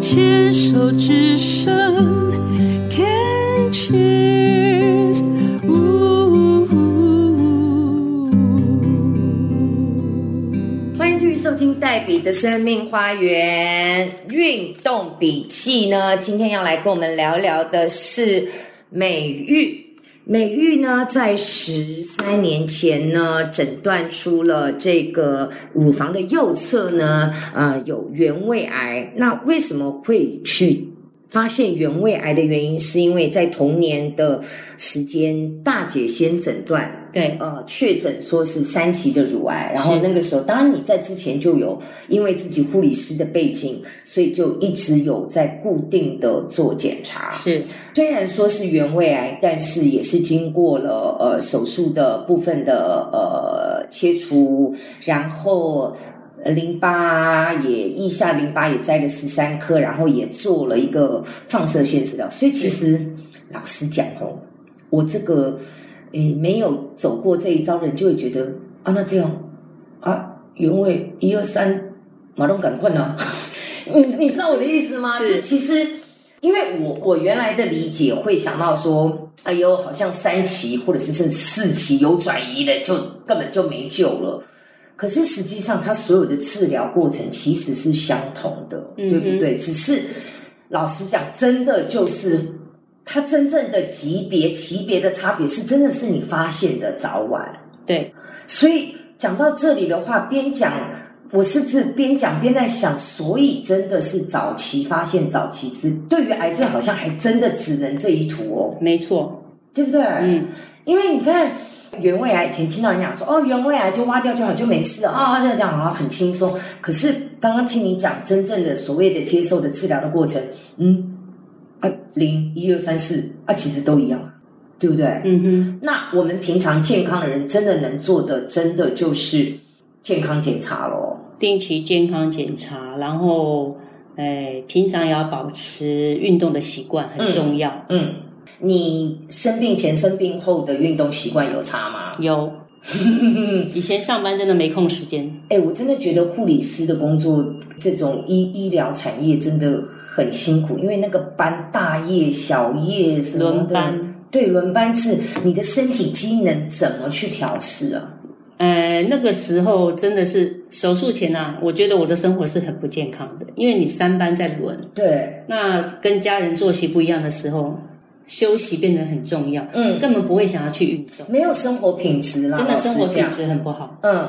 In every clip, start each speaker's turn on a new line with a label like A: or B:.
A: 牵手之声，Can cheers。
B: 欢迎继续收听黛比的生命花园运动笔记呢。今天要来跟我们聊聊的是美育。美育呢，在十三年前呢，诊断出了这个乳房的右侧呢，呃，有原位癌。那为什么会去发现原位癌的原因，是因为在同年的时间，大姐先诊断，
C: 对
B: 呃确诊说是三期的乳癌，然后
C: 是
B: 那个时候，当然你在之前就有因为自己护理师的背景，所以就一直有在固定的做检查。
C: 是
B: 虽然说是原位癌，但是也是经过了呃手术的部分的呃切除，然后。呃淋巴也腋下淋巴也摘了十三颗，然后也做了一个放射线治疗。所以其实老实讲哦，我这个诶没有走过这一招的人，就会觉得啊，那这样啊，原位一二三，马龙赶快呢？ 你你知道我的意思吗？
C: 是
B: 就其实，因为我我原来的理解会想到说，哎呦，好像三期或者是甚至四期有转移的，就根本就没救了。可是实际上，它所有的治疗过程其实是相同的，
C: 嗯哼
B: 对不对？只是老实讲，真的就是它真正的级别、级别的差别是真的是你发现的早晚。
C: 对，
B: 所以讲到这里的话，边讲我是指边讲边在想，所以真的是早期发现、早期治，对于癌症好像还真的只能这一途哦，
C: 没错，
B: 对不对？
C: 嗯，
B: 因为你看原位癌，以前听到人讲说哦，原位癌就挖掉就好，就没事了啊，这样讲好像很轻松。可是刚刚听你讲真正的所谓的接受的治疗的过程，嗯，啊，零一二三四啊，其实都一样，对不对？嗯
C: 嗯哼，
B: 那我们平常健康的人，真的能做的，真的就是健康检查咯。
C: 定期健康检查，然后，哎，平常也要保持运动的习惯很重要。
B: 嗯，你生病前、生病后的运动习惯有差吗？
C: 有，以前上班真的没空时间，
B: 哎、我真的觉得护理师的工作，这种医医疗产业真的很辛苦，因为那个班大夜、小夜什么的，
C: 轮班。
B: 对轮班制，你的身体机能怎么去调试啊？
C: 呃，那个时候真的是手术前啊，我觉得我的生活是很不健康的，因为你三班在轮，
B: 对，
C: 那跟家人作息不一样的时候，休息变得很重要，
B: 嗯，
C: 根本不会想要去运动，
B: 没有生活品质啦，
C: 真的生活
B: 老实讲
C: 品质很不好。
B: 嗯，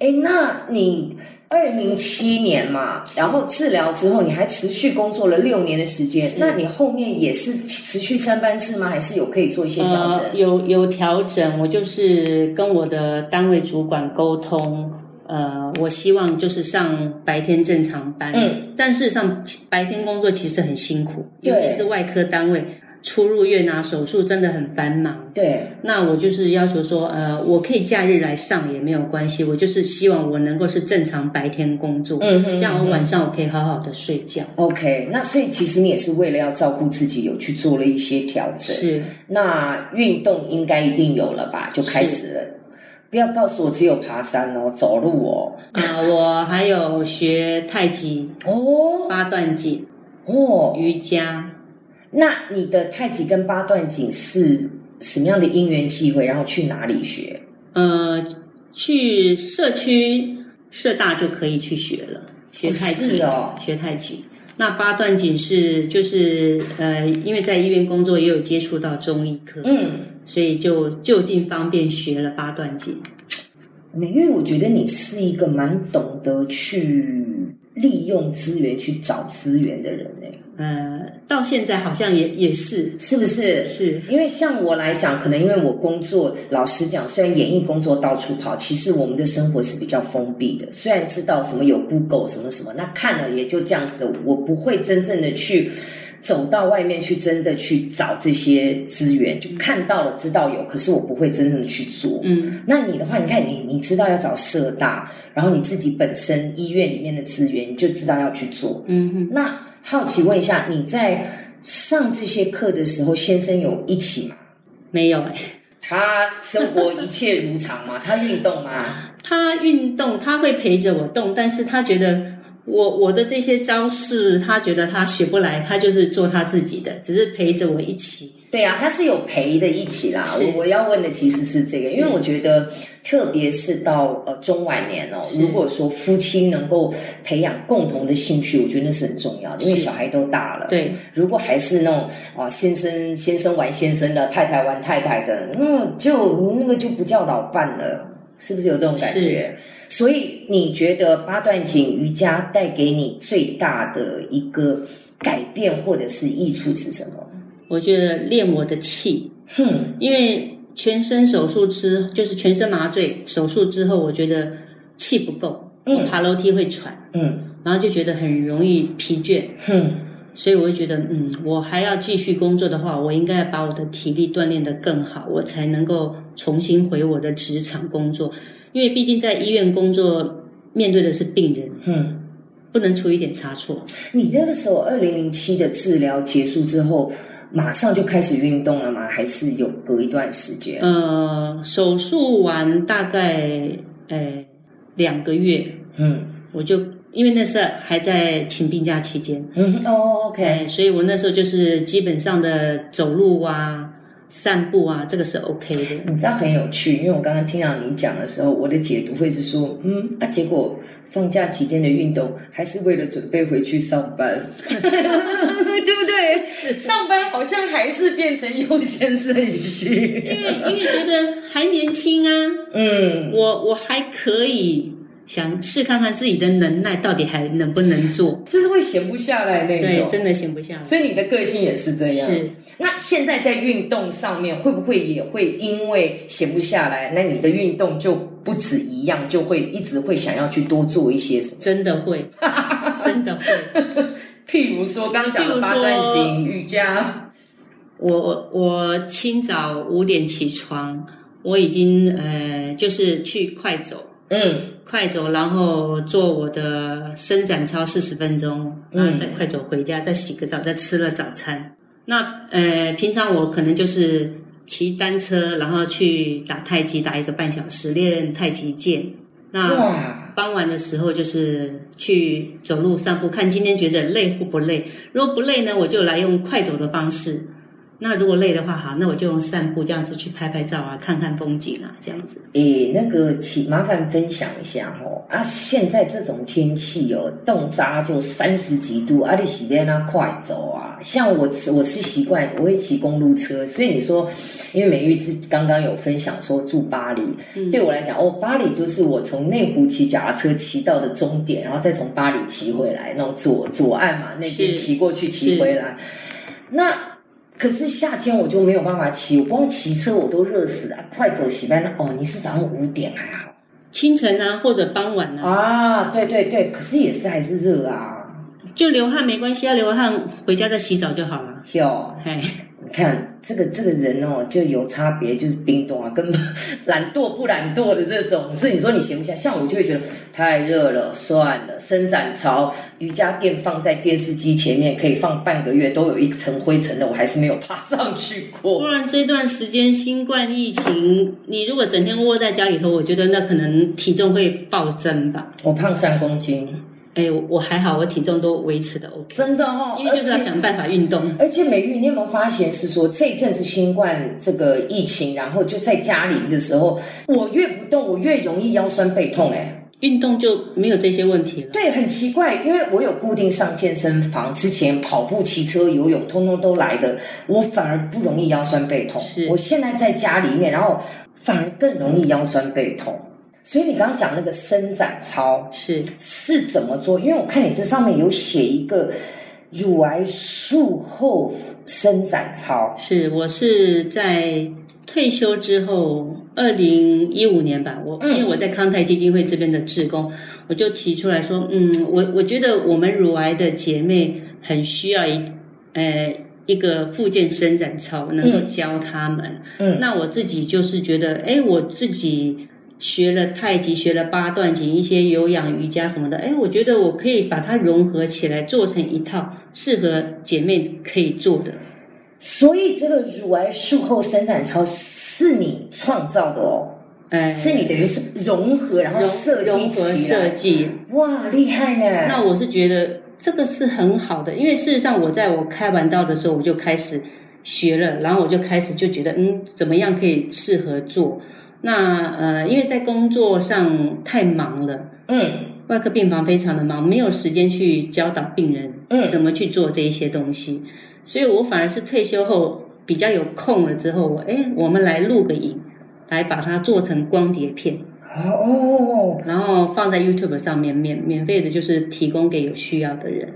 B: 哎，那你二零零七年嘛，然后治疗之后，你还持续工作了六年的时间，
C: 是
B: 那你后面也是持续三班制吗？还是有可以做一些调整？
C: 呃，有有调整，我就是跟我的单位主管沟通，呃，我希望就是上白天正常班，
B: 嗯，
C: 但事实上其白天工作其实很辛苦，尤
B: 对
C: 其是外科单位出入院啊，手术真的很繁忙。
B: 对，
C: 那我就是要求说，呃，我可以假日来上也没有关系，我就是希望我能够是正常白天工作，
B: 嗯哼
C: 这样我晚上我可以好好的睡觉。
B: OK，那所以其实你也是为了要照顾自己，有去做了一些调整。，
C: 是，
B: 那运动应该一定有了吧？就开始了。不要告诉我只有爬山哦，走路哦。
C: 啊、我还有学太极、
B: 哦
C: 八段锦、
B: 哦，
C: 瑜伽，
B: 那你的太极跟八段锦是什么样的因缘际会？然后去哪里学？
C: 呃，去社区社大就可以去学了，学太极，
B: 是哦
C: 学太极。那八段锦是就是呃，因为在医院工作也有接触到中医科，
B: 嗯，
C: 所以就就近方便学了八段锦。
B: 美玉，我觉得你是一个蛮懂得去利用资源、去找资源的人呢、
C: 呃，到现在好像也也是
B: 是不是？
C: 是
B: 因为像我来讲，可能因为我工作，老实讲，虽然演艺工作到处跑，其实我们的生活是比较封闭的。虽然知道什么有 Google 什么什么，那看了也就这样子的，我不会真正的去走到外面去，真的去找这些资源，就看到了知道有，可是我不会真正的去做。
C: 嗯
B: 那你的话，你看你你知道要找社大，然后你自己本身医院里面的资源，你就知道要去做。
C: 嗯哼。
B: 那好奇问一下，你在上这些课的时候，先生有一起吗？
C: 没有哎、
B: 他生活一切 如常吗？他运动吗？
C: 他运动，他会陪着我动，但是他觉得我我的这些招式，他觉得他学不来，他就是做他自己的，只是陪着我一起。
B: 对啊，他是有陪的一起啦。
C: 是
B: 我我要问的其实是这个，
C: 是
B: 因为我觉得，特别是到呃中晚年哦，
C: 是
B: 如果说夫妻能够培养共同的兴趣，我觉得那是很重要的，因为
C: 是
B: 小孩都大了。，
C: 对，
B: 如果还是那种啊先生先生玩先生的，太太玩太太的，那就那个就不叫老伴了。是不是有这种感觉？所以你觉得八段锦瑜伽带给你最大的一个改变或者是益处是什么？
C: 我觉得练我的气，
B: 哼，
C: 因为全身手术之就是全身麻醉手术之后，我觉得气不够，
B: 嗯
C: 我爬楼梯会喘，
B: 嗯
C: 然后就觉得很容易疲倦，
B: 哼。
C: 所以我就觉得，嗯，我还要继续工作的话，我应该把我的体力锻炼得更好，我才能够重新回我的职场工作。因为毕竟在医院工作，面对的是病人，
B: 嗯，
C: 不能出一点差错。
B: 你那个时候二零零七的治疗结束之后，马上就开始运动了吗？还是有隔一段时间？
C: 呃，手术完大概呃两个月，
B: 嗯
C: 我就因为那时候还在请病假期间，
B: 嗯哦，OK，
C: 哎，所以我那时候就是基本上的走路啊、散步啊，这个是 OK 的。
B: 你知道很有趣，因为我刚刚听到你讲的时候，我的解读会是说，嗯，啊，结果放假期间的运动还是为了准备回去上班，对不 对？
C: 是
B: 上班好像还是变成优先顺
C: 因
B: 序。
C: 为因为觉得还年轻啊，
B: 嗯，
C: 我我还可以想试看看自己的能耐到底还能不能做。
B: 就是会闲不下来那
C: 对，
B: 种。
C: 真的闲不下来。
B: 所以你的个性也是这样。
C: 是，
B: 那现在在运动上面，会不会也会因为闲不下来，那你的运动就不止一样，就会一直会想要去多做一些什么？
C: 真的会，真的会。
B: 譬如说刚讲的
C: 譬
B: 八
C: 如说
B: 段锦、瑜伽，
C: 我我我清早五点起床，我已经呃就是去快走，
B: 嗯
C: 快走，然后做我的伸展操四十分钟，
B: 嗯
C: 然后再快走回家，再洗个澡，再吃了早餐。那呃，平常我可能就是骑单车，然后去打太极，打一个半小时，练太极剑。
B: 嗯
C: 那
B: 哇，
C: 傍晚的时候就是去走路散步，看今天觉得累或不累。如果不累呢，我就来用快走的方式。那如果累的话，好，那我就用散步这样子去拍拍照啊，看看风景啊，这样子。
B: 诶，那个请麻烦分享一下哦。啊，现在这种天气哦，冻扎就三十几度，啊，你洗在那快走啊。像我是我是习惯我会骑公路车，所以你说，因为美玉之刚刚有分享说住巴黎，
C: 嗯
B: 对我来讲，哦，巴黎就是我从内湖骑脚踏车骑到的终点，然后再从巴黎骑回来，那种左左岸嘛那边
C: 是
B: 骑过去骑
C: 是
B: 回来。那可是夏天我就没有办法骑，我光骑车我都热死了。快走洗班哦，你是早上五点还好
C: 清晨啊，或者傍晚啊，
B: 啊？对对对，可是也是还是热啊。
C: 就流汗没关系啊，流汗回家再洗澡就好了。
B: 哟，
C: 哎，
B: 你看这个这个人哦，就有差别，就是冰冻啊，跟懒惰不懒惰的这种。所以你说你闲不下，像我就会觉得太热了，算了，伸展操、瑜伽垫放在电视机前面可以放半个月，都有一层灰尘了，我还是没有爬上去
C: 不
B: 过。
C: 然这段时间新冠疫情，你如果整天窝在家里头，我觉得那可能体重会暴增吧。
B: 我胖三公斤，
C: 哎，我我还好，我体重都维持的 OK，
B: 真的哦，
C: 因为就是要
B: 而且
C: 想办法运动。
B: 而且美玉，你有没有发现是说这一阵子新冠这个疫情，然后就在家里的时候，我越不动，我越容易腰酸背痛、哎。
C: 运动就没有这些问题了。
B: 对，很奇怪，因为我有固定上健身房，之前跑步、骑车、游泳，通通都来的，我反而不容易腰酸背痛。
C: 是
B: 我现在在家里面，然后反而更容易腰酸背痛。所以你刚刚讲那个伸展操
C: 是
B: 是怎么做？因为我看你这上面有写一个乳癌术后伸展操，
C: 是，我是在退休之后，二零一五年吧，我、
B: 嗯
C: 因为我在康泰基金会这边的志工，我就提出来说，嗯，我我觉得我们乳癌的姐妹很需要一呃一个复健伸展操，能够
B: 嗯
C: 教她们。
B: 嗯
C: 那我自己就是觉得，哎，我自己。学了太极，学了八段锦，一些有氧瑜伽什么的，哎，我觉得我可以把它融合起来，做成一套适合姐妹可以做的。
B: 所以这个乳癌术后伸展操是你创造的哦。
C: 哎，
B: 是你等于是融合，然后
C: 融
B: 设计
C: 融合
B: 起
C: 设
B: 来，
C: 计。
B: 哇，厉害呢！
C: 那我是觉得这个是很好的，因为事实上我在我开完刀的时候我就开始学了，然后我就开始就觉得嗯，怎么样可以适合做？那呃，因为在工作上太忙了，
B: 嗯
C: 外科病房非常的忙，没有时间去教导病人
B: 嗯
C: 怎么去做这一些东西，所以我反而是退休后比较有空了之后，我哎，我们来录个影，来把它做成光碟片，
B: 哦，
C: 然后放在 YouTube 上面免免费的，就是提供给有需要的人。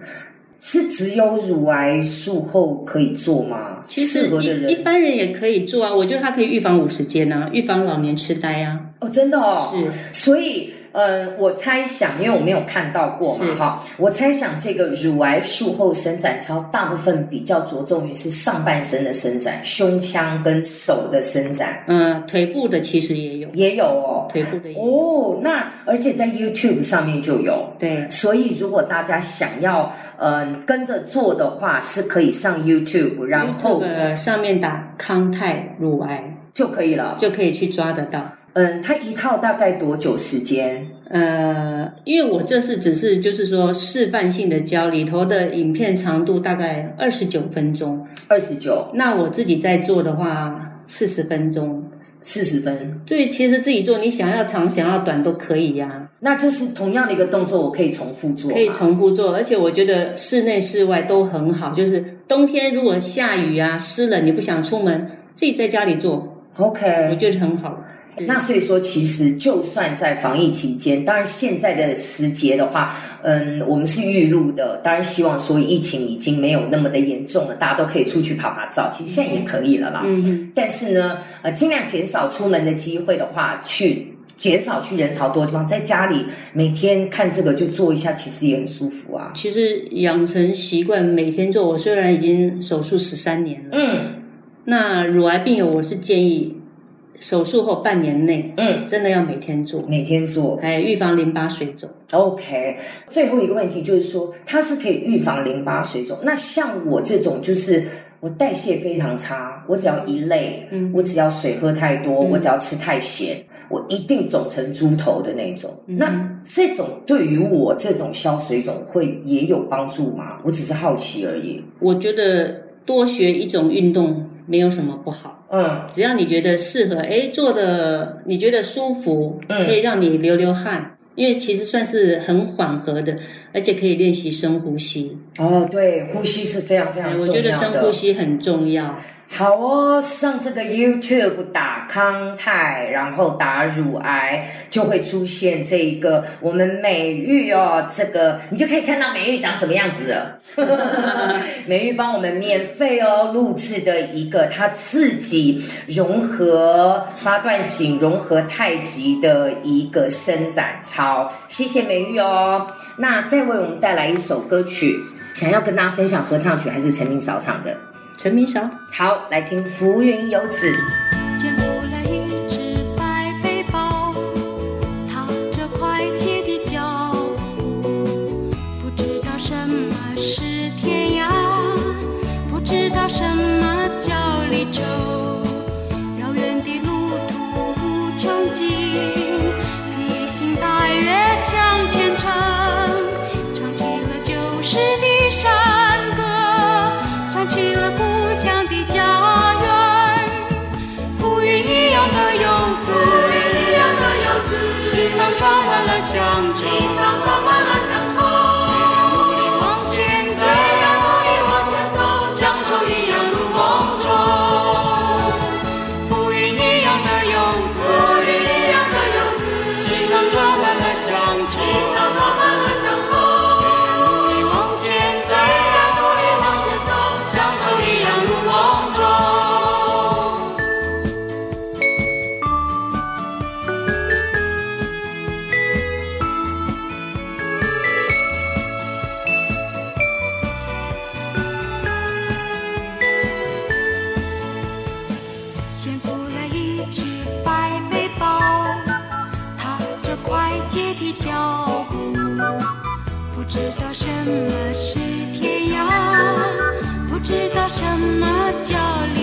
B: 是只有乳癌术后可以做吗？
C: 其实
B: 适合的
C: 一一
B: 人
C: 般人也可以做啊，我觉得它可以预防五十肩啊，预防老年痴呆啊，
B: 哦，真的哦，
C: 是
B: 所以，呃，我猜想，因为我没有看到过嘛
C: 是，
B: 哈，我猜想这个乳癌术后伸展操大部分比较着重于是上半身的伸展，胸腔跟手的伸展
C: 嗯、腿部的其实也有，
B: 也有哦。
C: 腿部的也有，
B: 哦，那而且在 YouTube 上面就有，
C: 对，
B: 所以如果大家想要嗯、呃跟着做的话，是可以上 YouTube，然后
C: YouTube 上面打康泰乳癌
B: 就可以了。
C: 就可以去抓得到。
B: 嗯，它一套大概多久时间？
C: 呃，因为我这是只是就是说示范性的教，里头的影片长度大概二十九分钟，
B: 二十九、
C: 那我自己在做的话四十分钟。
B: 四十分，
C: 对，其实自己做，你想要长想要短都可以呀、
B: 那就是同样的一个动作，我可以重复做嘛，
C: 可以重复做，而且我觉得室内室外都很好。就是冬天如果下雨啊湿了，你不想出门，自己在家里做，我
B: OK，
C: 觉得很好。对
B: 那所以说，其实就算在防疫期间，当然现在的时节的话，嗯，我们是预录的，当然希望说疫情已经没有那么的严重了，大家都可以出去爬爬照，其实现在也可以了啦。
C: 嗯哼，
B: 但是呢，呃，尽量减少出门的机会的话，去减少去人潮多的地方，在家里每天看这个就做一下，其实也很舒服啊。
C: 其实养成习惯每天做，我虽然已经手术十三年了。
B: 嗯
C: 那乳癌病友，我是建议手术后半年内
B: 嗯，
C: 真的要每天做，
B: 每天做。
C: 哎，预防淋巴水肿。
B: OK，最后一个问题就是说，它是可以预防淋巴水肿。那像我这种，就是我代谢非常差，我只要一累，
C: 嗯
B: 我只要水喝太多，
C: 嗯
B: 我只要吃太咸，我一定肿成猪头的那种。
C: 嗯
B: 那这种对于我这种消水肿会也有帮助吗？我只是好奇而已。
C: 我觉得多学一种运动没有什么不好，
B: 嗯
C: 只要你觉得适合，哎，做的你觉得舒服，
B: 嗯
C: 可以让你流流汗，因为其实算是很缓和的，而且可以练习深呼吸。
B: 哦，对，呼吸是非常非常
C: 哎，
B: 重
C: 我
B: 要的。
C: 觉得深呼吸很重要。
B: 好哦，上这个 YouTube 打康泰，然后打乳癌，就会出现这一个我们美玉哦，这个你就可以看到美玉长什么样子了。美玉帮我们免费哦录制的一个她自己融合八段锦、融合太极的一个伸展操，谢谢美玉哦。那再为我们带来一首歌曲，想要跟大家分享合唱曲还是陈明少唱的？
C: 陈明韶。
B: 好，来听《浮云游子》。
A: 捡回来一只白背包，踏着快捷的脚步，不知道什么是天涯，不知道什么叫离愁。遥远的路途无穷尽，披星戴月向前程，唱起了旧时的山歌，想起了故乡的家园。浮云一样的游子，一样的游子，行囊装满了乡愁，行囊装满了乡愁。虽然努力往前走，虽然努力往前走，乡愁一样如梦中。浮云一样的游子，浮云一样的游子，行囊装满了乡愁，行囊装满了乡愁。虽然努力往前走，虽然努力往前走，乡愁一样如梦中。捡回来一只白背包，踏着快捷的脚步，不知道什么是天涯，不知道什么叫离